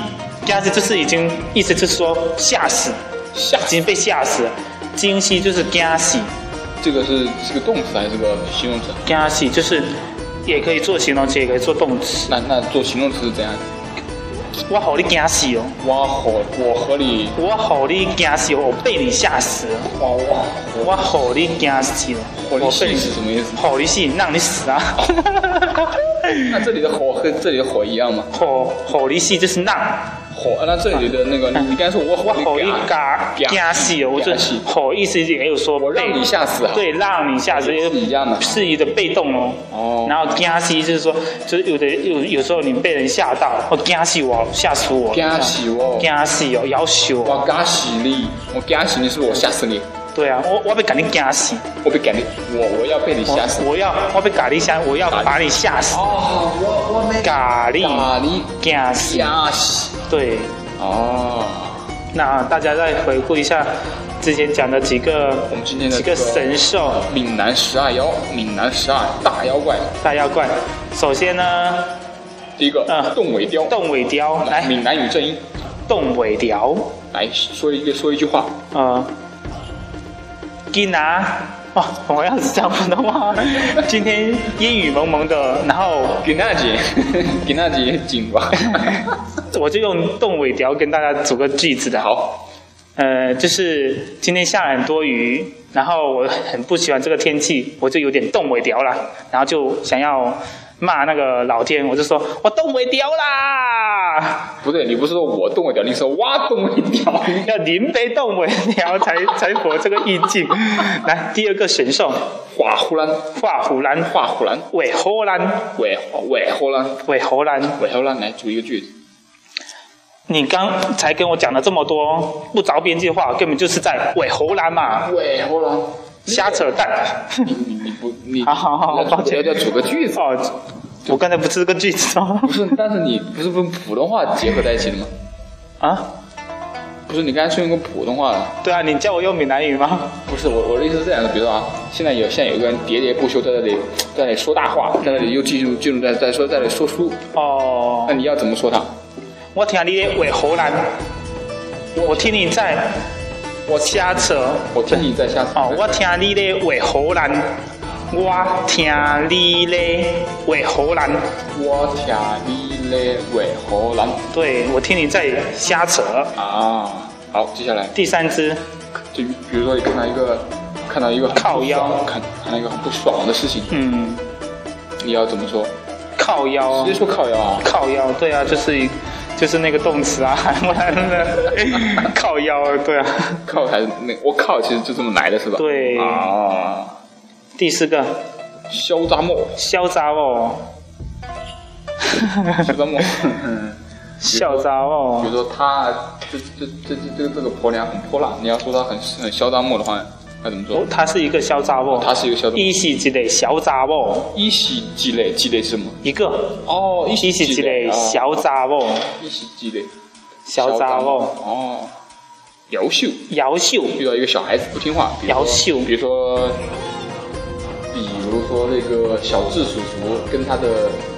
[SPEAKER 2] 惊喜就是已经意思就是说吓死，
[SPEAKER 1] 吓
[SPEAKER 2] 已经被吓死了。惊喜就是惊喜，
[SPEAKER 1] 这个是是个动词还是个形容词？
[SPEAKER 2] 惊喜就是也可以做形容词，也可以做动词。
[SPEAKER 1] 那那做形容词是怎样？
[SPEAKER 2] 我好你惊喜哦，
[SPEAKER 1] 哇，火我和你，
[SPEAKER 2] 我好你惊喜哦，我被你吓死了。
[SPEAKER 1] 哇哇，
[SPEAKER 2] 我好你惊死了，
[SPEAKER 1] 火
[SPEAKER 2] 我
[SPEAKER 1] 力
[SPEAKER 2] 被
[SPEAKER 1] 系
[SPEAKER 2] 你
[SPEAKER 1] 是什么意思？
[SPEAKER 2] 好你死，让你死啊！ (laughs)
[SPEAKER 1] 那这里的火和这里的火一样吗？
[SPEAKER 2] 好好你死就是让。
[SPEAKER 1] 火，那这里的那个，你你刚才说我 (laughs)
[SPEAKER 2] 我
[SPEAKER 1] 火啊
[SPEAKER 2] 吼一嘎
[SPEAKER 1] 嘎
[SPEAKER 2] 嘎死哦，我就
[SPEAKER 1] 嘎死
[SPEAKER 2] 吼意思也有说
[SPEAKER 1] 我让
[SPEAKER 2] 被
[SPEAKER 1] 你吓死啊
[SPEAKER 2] 对，让你吓死，
[SPEAKER 1] 也是一样的
[SPEAKER 2] 是一个被动哦。
[SPEAKER 1] 哦
[SPEAKER 2] 然后嘎死就是说，就是有的有有时候你被人吓到，哦嘎死我，吓死我，
[SPEAKER 1] 嘎死我
[SPEAKER 2] 嘎死哦，要死我，
[SPEAKER 1] 我嘎死你，我嘎死你，是不是我吓死你？
[SPEAKER 2] 对啊，我我被赶紧嘎死，
[SPEAKER 1] 我被赶你，我我要被你吓死。
[SPEAKER 2] 我要我被咖喱吓，我要把你吓死，
[SPEAKER 1] 哦，我我没
[SPEAKER 2] 咖喱
[SPEAKER 1] 把你
[SPEAKER 2] 嘎死，
[SPEAKER 1] 吓死。
[SPEAKER 2] 对。
[SPEAKER 1] 哦，
[SPEAKER 2] 那大家再回顾一下之前讲的几个
[SPEAKER 1] 我们今天的
[SPEAKER 2] 几个
[SPEAKER 1] 这个
[SPEAKER 2] 神兽，
[SPEAKER 1] 闽南十二妖，闽南十二大妖怪，
[SPEAKER 2] 大妖怪。首先呢，
[SPEAKER 1] 第一个
[SPEAKER 2] 嗯
[SPEAKER 1] 洞尾雕，
[SPEAKER 2] 洞尾雕，来，
[SPEAKER 1] 闽南语正音，
[SPEAKER 2] 洞尾雕，
[SPEAKER 1] 来说一个说一句话，
[SPEAKER 2] 呃，吉拿，哦，我要是讲普通话，今天阴雨蒙蒙的，然后
[SPEAKER 1] 给那姐，给那姐紧 (laughs) 吧。
[SPEAKER 2] 我就用洞尾雕跟大家组个句子的，，
[SPEAKER 1] 好，
[SPEAKER 2] 呃，就是今天下了很多雨，然后我很不喜欢这个天气，我就有点动尾雕了，然后就想要骂那个老天，我就说我动尾雕啦，
[SPEAKER 1] 不对，你不是说我洞尾雕，你说挖洞尾雕。
[SPEAKER 2] 要临杯动尾雕才才符合这个意境。来，第二个神兽
[SPEAKER 1] 画胡兰，
[SPEAKER 2] 画虎兰，
[SPEAKER 1] 画胡兰，
[SPEAKER 2] 尾荷兰，
[SPEAKER 1] 尾尾胡兰，
[SPEAKER 2] 尾荷兰，
[SPEAKER 1] 尾胡兰，来组一个句子。
[SPEAKER 2] 你刚才跟我讲了这么多不着边际的话，根本就是在尾荷兰嘛，
[SPEAKER 1] 尾胡兰，
[SPEAKER 2] 瞎扯淡。
[SPEAKER 1] 你你你不你，
[SPEAKER 2] 好好好抱歉
[SPEAKER 1] 要组个句子。
[SPEAKER 2] 哦，我刚才不是这个句子吗？
[SPEAKER 1] 不是，但是你不是跟普通话结合在一起的吗？
[SPEAKER 2] 啊？
[SPEAKER 1] 不是，你刚才是用个普通话的。
[SPEAKER 2] 对啊，你叫我用闽南语吗？
[SPEAKER 1] 不是，我我的意思是这样的，比如说啊，现在有现在有一个人喋喋不休在那里在那里说大话，在那里又进入进入在在说在那里说书，
[SPEAKER 2] 哦
[SPEAKER 1] 那，你要怎么说他？
[SPEAKER 2] 我听你的尾荷兰，我听你在
[SPEAKER 1] 我听
[SPEAKER 2] 瞎扯。
[SPEAKER 1] 我听你在下次
[SPEAKER 2] 哦，我听你的尾荷兰，我听你的尾荷兰。
[SPEAKER 1] 我听你嘞尾荷兰
[SPEAKER 2] 对，我听你在瞎扯。
[SPEAKER 1] 啊。好，接下来
[SPEAKER 2] 第三只，
[SPEAKER 1] 就比如说你看到一个看到一个很
[SPEAKER 2] 靠腰
[SPEAKER 1] 不爽看看到一个很不爽的事情，
[SPEAKER 2] 嗯，
[SPEAKER 1] 你要怎么说？
[SPEAKER 2] 靠腰
[SPEAKER 1] 直接，说靠腰啊。
[SPEAKER 2] 靠腰，对啊，就是一就是那个动词啊， (laughs) 韩文的靠腰啊，对啊。
[SPEAKER 1] 靠还是那我靠，其实就这么来的是吧？
[SPEAKER 2] 对
[SPEAKER 1] 啊，
[SPEAKER 2] 第四个，
[SPEAKER 1] 肖扎莫， (laughs)
[SPEAKER 2] 潇洒哦，
[SPEAKER 1] 肖扎莫，嗯
[SPEAKER 2] 潇洒
[SPEAKER 1] 比如
[SPEAKER 2] 哦，
[SPEAKER 1] 说他这这这这这个这个婆娘很泼辣，你要说她很很嚣张莫的话，那怎么说
[SPEAKER 2] 哦？他是一个潇洒哦，
[SPEAKER 1] 她是一个嚣张，
[SPEAKER 2] 一是一个小杂哦，
[SPEAKER 1] 一喜积累积累是什么？
[SPEAKER 2] 一个，
[SPEAKER 1] 哦，一
[SPEAKER 2] 一是
[SPEAKER 1] 喜
[SPEAKER 2] 一
[SPEAKER 1] 积累，
[SPEAKER 2] 个小杂哦，
[SPEAKER 1] 一喜积累，啊
[SPEAKER 2] 小杂哦，
[SPEAKER 1] 哦，姚秀
[SPEAKER 2] 姚秀，
[SPEAKER 1] 遇到一个小孩子不听话，比如说
[SPEAKER 2] 姚秀
[SPEAKER 1] 比如说。比如说那个小智叔叔跟他的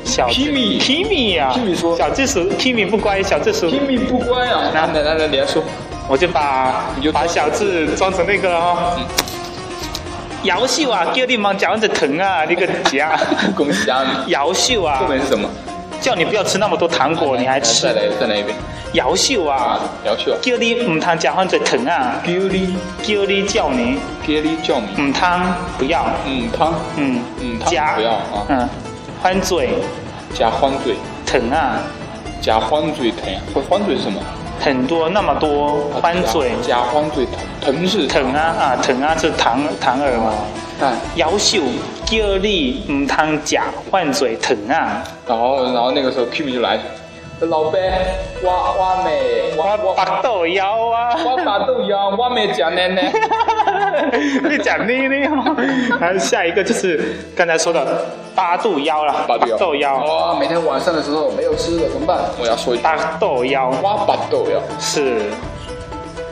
[SPEAKER 2] 小
[SPEAKER 1] Kimi
[SPEAKER 2] Kimi 啊
[SPEAKER 1] Kimi 说
[SPEAKER 2] 小智叔 Kimi 不乖，小智叔，
[SPEAKER 1] 拼命不乖啊，来来来来，你来说，
[SPEAKER 2] 我就把
[SPEAKER 1] 你就嗯
[SPEAKER 2] 把小智装成那个哦。姚秀啊，叫你忙脚着疼
[SPEAKER 1] (laughs)
[SPEAKER 2] 啊，那个家。
[SPEAKER 1] 恭喜 (laughs) 啊你！
[SPEAKER 2] 姚秀啊
[SPEAKER 1] 后，面是什么？
[SPEAKER 2] 叫你不要吃那么多糖果，你还
[SPEAKER 1] 再
[SPEAKER 2] 吃。
[SPEAKER 1] 来再来一遍
[SPEAKER 2] 姚秀啊，
[SPEAKER 1] 啊！姚秀
[SPEAKER 2] 叫你唔通脚患着疼啊，
[SPEAKER 1] ，Gilly
[SPEAKER 2] 叫你叫你
[SPEAKER 1] Gilly 叫你，
[SPEAKER 2] 唔通不要，
[SPEAKER 1] 嗯汤，
[SPEAKER 2] 嗯
[SPEAKER 1] 嗯汤不要啊，
[SPEAKER 2] 嗯，翻嘴
[SPEAKER 1] 加欢嘴，
[SPEAKER 2] 疼啊，
[SPEAKER 1] 加欢嘴疼，会欢嘴是什么？
[SPEAKER 2] 很多那么多翻嘴
[SPEAKER 1] 啊加欢嘴疼，疼是 (laughs)
[SPEAKER 2] 疼啊啊疼啊，这糖糖儿嘛。
[SPEAKER 1] 但
[SPEAKER 2] 姚秀叫你唔通脚患嘴疼啊，
[SPEAKER 1] 然后然后那个时候 Kimi 就来，老伯，我我没我
[SPEAKER 2] 我
[SPEAKER 1] 我
[SPEAKER 2] 白豆腰啊。 (laughs)
[SPEAKER 1] 我把豆腰，我没讲奶 (laughs) 奶，
[SPEAKER 2] 会讲呢呢哦，然后下一个就是刚才说的八度腰了，
[SPEAKER 1] 把豆
[SPEAKER 2] 豆腰，
[SPEAKER 1] 哦，每天晚上的时候没有吃的怎么办？我要说一 (laughs) 句，
[SPEAKER 2] 八豆腰
[SPEAKER 1] 我把豆腰。
[SPEAKER 2] 是，哦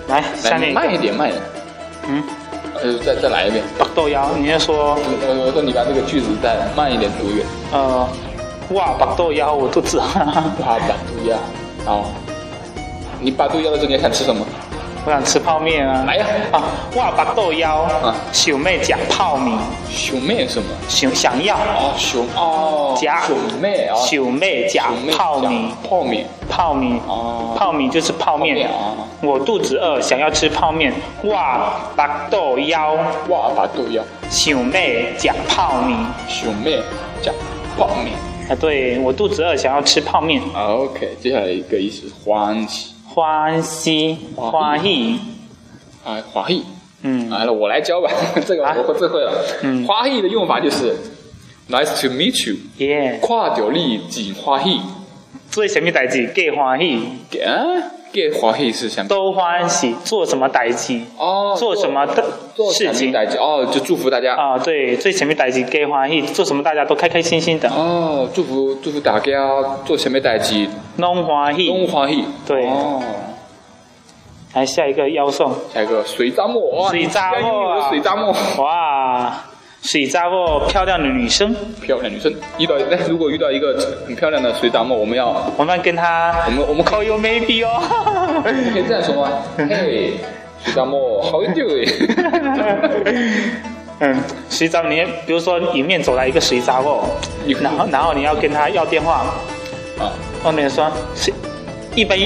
[SPEAKER 2] 来下面一
[SPEAKER 1] 慢
[SPEAKER 2] 个，
[SPEAKER 1] 一点，慢一点。
[SPEAKER 2] 嗯，
[SPEAKER 1] 呃，再再来一遍。
[SPEAKER 2] 八豆腰，你要说
[SPEAKER 1] 呃，我说你把这个句子再慢一点读一遍。
[SPEAKER 2] 呃，哇，八豆腰，我肚子，啊哈哈
[SPEAKER 1] 哇，把杜亚，然后你把杜亚的时候，你想吃什么？
[SPEAKER 2] (laughs) 我想吃泡面啊，
[SPEAKER 1] 来呀
[SPEAKER 2] 啊，哇，八豆腰
[SPEAKER 1] 啊，
[SPEAKER 2] 小妹讲泡米，
[SPEAKER 1] 熊妹什么？
[SPEAKER 2] 想想要
[SPEAKER 1] 哦，熊哦，
[SPEAKER 2] 夹
[SPEAKER 1] 熊妹啊，
[SPEAKER 2] 小妹讲
[SPEAKER 1] 熊妹
[SPEAKER 2] 泡米，
[SPEAKER 1] 夹泡面
[SPEAKER 2] 泡米
[SPEAKER 1] 哦
[SPEAKER 2] 泡米就是泡
[SPEAKER 1] 泡
[SPEAKER 2] 面
[SPEAKER 1] 面。啊。
[SPEAKER 2] 我肚子饿，想要吃泡面。哇，白豆腰，
[SPEAKER 1] 哇，把杜亚，
[SPEAKER 2] 小妹假泡米。
[SPEAKER 1] 熊妹夹泡面。
[SPEAKER 2] 啊，对我肚子饿，想要吃泡面。
[SPEAKER 1] OK，接下来一个意思欢喜
[SPEAKER 2] 欢喜，欢喜，
[SPEAKER 1] 啊，华裔。
[SPEAKER 2] 嗯，
[SPEAKER 1] 来了，我来教吧， (laughs) 这个我会最会了。
[SPEAKER 2] 嗯
[SPEAKER 1] 华裔的用法就是 Nice to meet you。
[SPEAKER 2] 耶、
[SPEAKER 1] 跨久力锦花戏，
[SPEAKER 2] 做什么代志皆欢喜，
[SPEAKER 1] 给啊给花戏是什么？
[SPEAKER 2] 都欢喜，做什么代志
[SPEAKER 1] 哦，
[SPEAKER 2] 做什么的
[SPEAKER 1] 做
[SPEAKER 2] 事情
[SPEAKER 1] 大家哦，就祝福大家
[SPEAKER 2] 啊？对，做什么代志皆欢喜，做什么大家都开开心心的，
[SPEAKER 1] 哦，祝福祝福大家做什么代志
[SPEAKER 2] 拢欢喜。
[SPEAKER 1] 拢欢喜。
[SPEAKER 2] 对
[SPEAKER 1] 哦，
[SPEAKER 2] 来下一个妖兽，
[SPEAKER 1] 下一个水扎莫，哇
[SPEAKER 2] 水扎莫啊
[SPEAKER 1] 你竟然用你的水扎莫，
[SPEAKER 2] 哇，水扎沃漂亮的女生，
[SPEAKER 1] 漂亮女生遇到哎，如果遇到一个很漂亮的水扎莫，我们要
[SPEAKER 2] 我们跟她
[SPEAKER 1] 我们我们可
[SPEAKER 2] call you maybe 哦。 (laughs)
[SPEAKER 1] 以可以这样说吗？嘿，水扎莫好久
[SPEAKER 2] (laughs)
[SPEAKER 1] 哎，
[SPEAKER 2] 嗯，谁找你？比如说迎面走来一个谁找我
[SPEAKER 1] 你，
[SPEAKER 2] 然后然后你要跟他要电话，
[SPEAKER 1] 啊，
[SPEAKER 2] 后面说谁？一般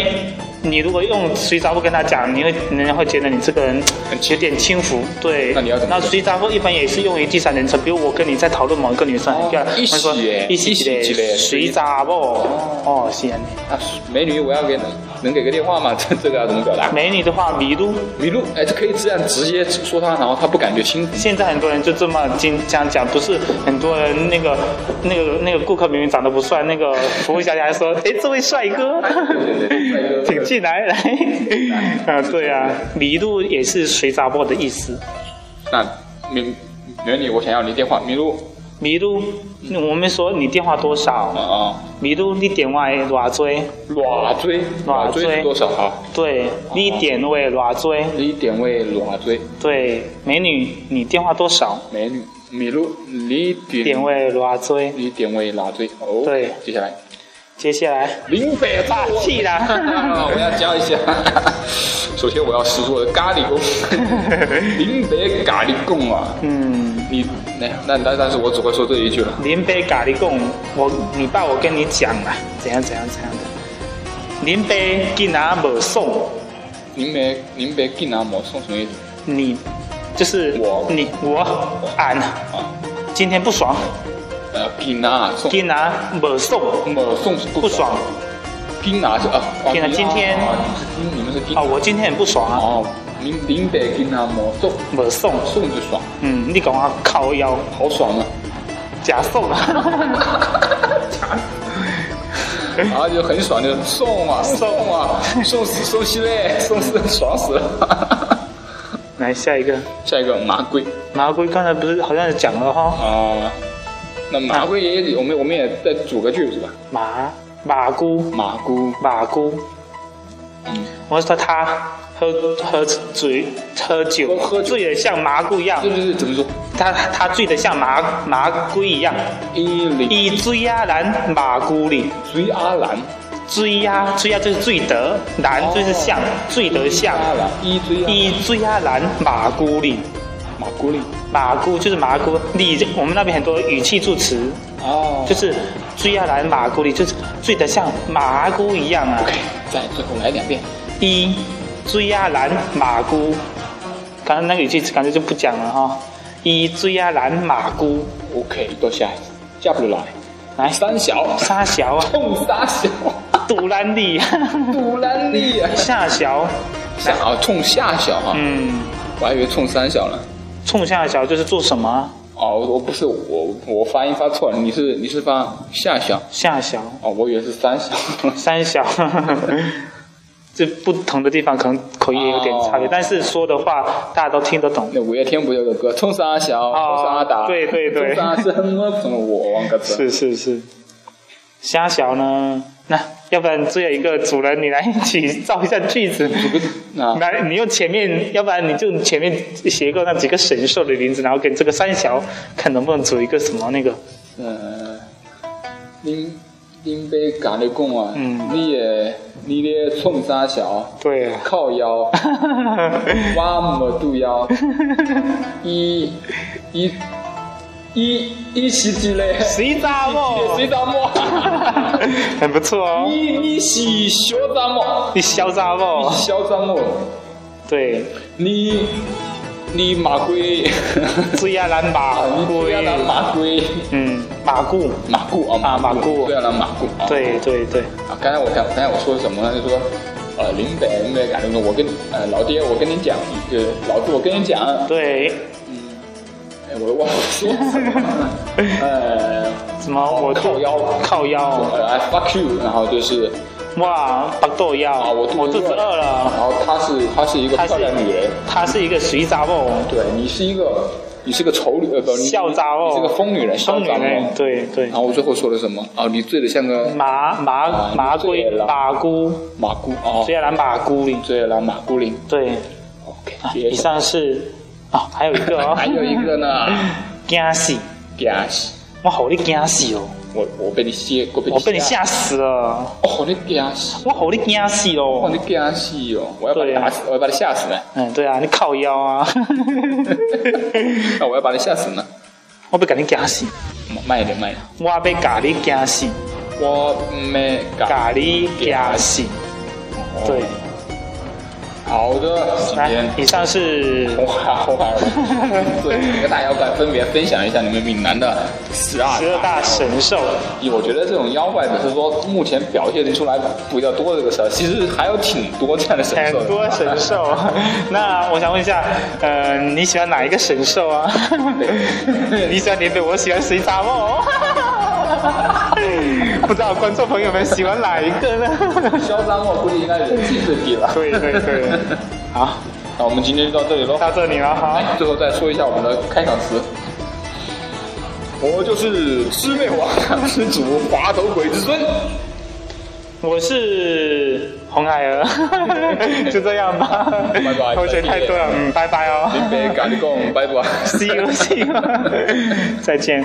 [SPEAKER 2] 你如果用谁找我跟他讲，你会人家会觉得你这个人
[SPEAKER 1] 很轻
[SPEAKER 2] 有点轻浮，对。
[SPEAKER 1] 那你要怎么哦
[SPEAKER 2] 那谁找我一般也是用于第三人称，比如我跟你在讨论某一个女生很漂亮，
[SPEAKER 1] 哦一
[SPEAKER 2] 我说
[SPEAKER 1] 起耶
[SPEAKER 2] 一起
[SPEAKER 1] 一起一起
[SPEAKER 2] 嘞，
[SPEAKER 1] 嘞
[SPEAKER 2] 谁找我？哦，是啊。
[SPEAKER 1] 啊，美女，我要给能给个电话吗？这这个要怎么表达？
[SPEAKER 2] 美女的话，迷路。
[SPEAKER 1] 迷路，哎，这可以这样直接说他，然后他不感觉清楚。
[SPEAKER 2] 现在很多人就这么经这样讲，不是很多人那个那个那个顾客明明长得不帅，那个服务小姐还说：“哎，这位帅哥，
[SPEAKER 1] 对对帅哥
[SPEAKER 2] (laughs) 请进来来。”啊，对啊，迷路也是水杂货的意思。
[SPEAKER 1] 那美美女，我想要你电话。迷路
[SPEAKER 2] 迷路，我们说你电话多
[SPEAKER 1] 啊
[SPEAKER 2] 少？
[SPEAKER 1] 啊，
[SPEAKER 2] 迷路你电话偌追？
[SPEAKER 1] 裸追，
[SPEAKER 2] 裸
[SPEAKER 1] 裸
[SPEAKER 2] 追
[SPEAKER 1] 追是多少啊？
[SPEAKER 2] 对，你点位偌追？
[SPEAKER 1] 你点位裸追，
[SPEAKER 2] 对，美女，你电话多少？
[SPEAKER 1] 美女，迷路，你点
[SPEAKER 2] 点，位偌追？
[SPEAKER 1] 你点位裸追。哦，
[SPEAKER 2] 对
[SPEAKER 1] 接下来
[SPEAKER 2] 接下来
[SPEAKER 1] 林北
[SPEAKER 2] 霸气啦！
[SPEAKER 1] 啊， (laughs) 我要教一下。 (laughs) 首先我要试做咖
[SPEAKER 2] (laughs)
[SPEAKER 1] 喱贡，林北咖喱贡啊。
[SPEAKER 2] 嗯。
[SPEAKER 1] 你那那那，但是我只会说这一句了。
[SPEAKER 2] 林北咖喱贡，我你爸我跟你讲啦，怎样怎样怎样的。林北竟然没送
[SPEAKER 1] 林北林北竟然没送什么意思？
[SPEAKER 2] 你，就是
[SPEAKER 1] 我
[SPEAKER 2] 你我俺
[SPEAKER 1] 啊，
[SPEAKER 2] 今天不爽，
[SPEAKER 1] 呃，竟然送
[SPEAKER 2] 竟然没送
[SPEAKER 1] 没送是不
[SPEAKER 2] 不爽，
[SPEAKER 1] 拼哪些啊？啊
[SPEAKER 2] 拼哪今天
[SPEAKER 1] 啊你是拼你们是拼
[SPEAKER 2] 啊，我今天很不爽啊，
[SPEAKER 1] 哦，您您得跟他们送
[SPEAKER 2] 没送。
[SPEAKER 1] 送就爽，
[SPEAKER 2] 嗯，你讲我靠腰
[SPEAKER 1] 好爽
[SPEAKER 2] (laughs)
[SPEAKER 1] 啊！
[SPEAKER 2] 假送
[SPEAKER 1] (laughs)
[SPEAKER 2] 啊，
[SPEAKER 1] 然后啊就很爽，就送嘛送嘛送死送西嘞， (laughs) 送死爽死了。
[SPEAKER 2] 来下一个。
[SPEAKER 1] 下一个麻龟
[SPEAKER 2] 麻龟刚才不是好像讲了哈，
[SPEAKER 1] 啊，那
[SPEAKER 2] 啊
[SPEAKER 1] 麻龟也我们我们也再组个句是吧？
[SPEAKER 2] 麻麻姑
[SPEAKER 1] 麻姑
[SPEAKER 2] 麻姑，
[SPEAKER 1] 嗯
[SPEAKER 2] 我说他喝喝醉喝酒，
[SPEAKER 1] 喝喝酒
[SPEAKER 2] 醉得像麻姑一样
[SPEAKER 1] 对，对对，怎么说？
[SPEAKER 2] 他他醉得像麻麻龟一样，
[SPEAKER 1] 一零
[SPEAKER 2] 以醉呀然麻姑里，
[SPEAKER 1] 追阿兰，
[SPEAKER 2] 醉呀醉呀就是醉得，然
[SPEAKER 1] 哦
[SPEAKER 2] 就是像醉得像，
[SPEAKER 1] 阿兰一追一
[SPEAKER 2] 以醉呀然麻姑里，
[SPEAKER 1] 马姑令
[SPEAKER 2] 麻姑就是麻姑，你我们那边很多语气助词。
[SPEAKER 1] 哦，
[SPEAKER 2] 就是醉呀然麻姑里，就是醉得像麻姑一样啊。
[SPEAKER 1] 再最后来两遍，
[SPEAKER 2] 一醉呀然马姑，刚刚那个语气词干脆就不讲了哈。一醉呀然马姑，
[SPEAKER 1] OK，多谢，下不来，
[SPEAKER 2] 来
[SPEAKER 1] 三小
[SPEAKER 2] 沙小啊， (laughs)
[SPEAKER 1] 痛三小，
[SPEAKER 2] 杜兰利，
[SPEAKER 1] 杜兰利啊，
[SPEAKER 2] (laughs) 夏小，
[SPEAKER 1] 下啊冲下小哈，
[SPEAKER 2] 嗯，
[SPEAKER 1] 我还以为冲三小呢。
[SPEAKER 2] 冲夏小就是做什么啊？
[SPEAKER 1] 哦，我不是我，我发音发错了，你是你是发下小
[SPEAKER 2] 夏小，
[SPEAKER 1] 哦，我以为是三小。 (laughs)
[SPEAKER 2] 三小。 (laughs) 这不同的地方可能口音也有点差别
[SPEAKER 1] 哦
[SPEAKER 2] 但是说的话大家都听得懂。
[SPEAKER 1] 那五月天不有个歌“冲三小，冲三打”，
[SPEAKER 2] 啊对对对
[SPEAKER 1] 冲三什么什么我忘个词。
[SPEAKER 2] 是是是，虾小呢？那要不然只有一个主人，你来一起造一下句子。
[SPEAKER 1] 啊
[SPEAKER 2] 来，你用前面，要不然你就前面写过那几个神兽的名字，然后跟这个三小看能不能组一个什么那个。
[SPEAKER 1] 嗯，恁恁爸甲你讲啊，
[SPEAKER 2] 嗯
[SPEAKER 1] 你诶，你咧冲三小，
[SPEAKER 2] 对 (laughs) 啊，
[SPEAKER 1] 靠腰，我没拄腰，一一一一十几嘞，
[SPEAKER 2] 谁扎
[SPEAKER 1] 一十
[SPEAKER 2] 莫？
[SPEAKER 1] 张么？
[SPEAKER 2] (laughs) 很不错哦，
[SPEAKER 1] 你你是小张么？
[SPEAKER 2] 你潇洒莫？
[SPEAKER 1] 小张么？
[SPEAKER 2] 对，
[SPEAKER 1] 你你马龟，
[SPEAKER 2] 追亚兰马
[SPEAKER 1] 你不
[SPEAKER 2] 龟
[SPEAKER 1] 要，拿马龟。
[SPEAKER 2] 嗯，马固，
[SPEAKER 1] 马固啊，
[SPEAKER 2] 啊马固
[SPEAKER 1] 不要拿马固啊。
[SPEAKER 2] 对对对，
[SPEAKER 1] 啊，刚才我刚刚才我说什么呢？就说，呃，林北林北感觉我跟呃老爹，我跟你讲，就是老子我跟你讲，
[SPEAKER 2] 对，
[SPEAKER 1] 哎，我都忘了说什么
[SPEAKER 2] (laughs)
[SPEAKER 1] 了，呃，
[SPEAKER 2] 什么我
[SPEAKER 1] 靠腰
[SPEAKER 2] 靠腰。
[SPEAKER 1] 呃，I fuck you，然后就是
[SPEAKER 2] 哇，白豆药，
[SPEAKER 1] 啊，我
[SPEAKER 2] 我肚子饿
[SPEAKER 1] 然
[SPEAKER 2] 了。
[SPEAKER 1] 后她是她是一个
[SPEAKER 2] 她是
[SPEAKER 1] 漂亮女人，
[SPEAKER 2] 她是一个水杂货，
[SPEAKER 1] 对你是一个你是个丑女，呃不，你
[SPEAKER 2] 校杂
[SPEAKER 1] 你
[SPEAKER 2] 哦，
[SPEAKER 1] 是个疯女人，校
[SPEAKER 2] 疯女
[SPEAKER 1] 杂
[SPEAKER 2] 人，
[SPEAKER 1] 哦。
[SPEAKER 2] 对对
[SPEAKER 1] 然。后我最后说了什么？啊，你醉得像个
[SPEAKER 2] 麻麻
[SPEAKER 1] 啊
[SPEAKER 2] 麻龟
[SPEAKER 1] 醉了
[SPEAKER 2] 马姑，
[SPEAKER 1] 马姑哦，
[SPEAKER 2] 虽然马姑哩，
[SPEAKER 1] 醉了马姑林。
[SPEAKER 2] 对。
[SPEAKER 1] OK，
[SPEAKER 2] 以啊上是啊，还有一个哦，
[SPEAKER 1] 啊 (laughs) 还有一个呢，
[SPEAKER 2] 惊死，
[SPEAKER 1] 惊死！
[SPEAKER 2] 我好你惊死哦，
[SPEAKER 1] 我我被你吓，我被
[SPEAKER 2] 我被你，吓死了，
[SPEAKER 1] 哦，你惊死，
[SPEAKER 2] 我好你惊死
[SPEAKER 1] 哦，
[SPEAKER 2] 哦。
[SPEAKER 1] 你惊死哦！我要把你
[SPEAKER 2] 对啊
[SPEAKER 1] 打死，我要把你吓死呢！ (laughs)
[SPEAKER 2] 嗯，对啊，你靠腰啊，
[SPEAKER 1] 那我要把你吓死呢！
[SPEAKER 2] 我被给你惊死，
[SPEAKER 1] 慢慢一点，慢一点。
[SPEAKER 2] 我被咖喱惊死，
[SPEAKER 1] 我没敢。
[SPEAKER 2] 咖喱惊死，
[SPEAKER 1] 哦
[SPEAKER 2] 对。
[SPEAKER 1] 好的，今
[SPEAKER 2] 来
[SPEAKER 1] 天，
[SPEAKER 2] 以上是
[SPEAKER 1] 红孩红孩
[SPEAKER 2] (laughs)
[SPEAKER 1] 儿，对每个大妖怪分别分享一下你们闽南的十二
[SPEAKER 2] 十二大神兽，
[SPEAKER 1] 我觉得这种妖怪，只是说目前表现出来比较多这个事儿，其实还有挺多这样的神
[SPEAKER 2] 很
[SPEAKER 1] 兽的。
[SPEAKER 2] 多神
[SPEAKER 1] (laughs)
[SPEAKER 2] 兽。 (laughs) 那我想问一下，呃，你喜欢哪一个神兽啊？ (laughs) 你喜欢林北，我喜欢水杂哦。 (laughs) 不知道观众朋友们喜欢哪一个呢？
[SPEAKER 1] (laughs) 嚣张，我估计应该人气最低了。
[SPEAKER 2] 对对对，
[SPEAKER 1] (laughs)
[SPEAKER 2] 好，
[SPEAKER 1] 那我们今天就到这里喽。
[SPEAKER 2] 到这里了哈。
[SPEAKER 1] 最后再说一下我们的开场词。我就是魑魅魍魉之主，滑头鬼之
[SPEAKER 2] (laughs)
[SPEAKER 1] 尊。
[SPEAKER 2] 我是红孩
[SPEAKER 1] (laughs)
[SPEAKER 2] 儿，就这样吧
[SPEAKER 1] 拜
[SPEAKER 2] (laughs)
[SPEAKER 1] 拜。
[SPEAKER 2] 同学太多了，嗯，拜拜哦。
[SPEAKER 1] 林北咖喱贡，拜拜。 (laughs)
[SPEAKER 2] See you，see you，再见。